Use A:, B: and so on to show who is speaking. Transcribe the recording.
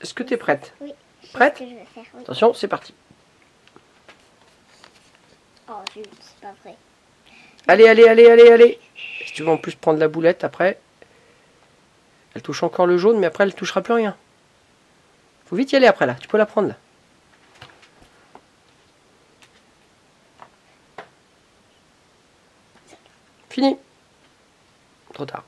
A: Est-ce que tu es prête
B: Oui. je sais
A: Prête
B: ce que je vais faire. Oui.
A: Attention, c'est parti.
B: Oh, zut, c'est pas vrai.
A: Allez, allez, allez, allez, allez. Si tu veux en plus prendre la boulette après, elle touche encore le jaune, mais après elle touchera plus rien. Faut vite y aller après là, tu peux la prendre là. Fini. Trop tard.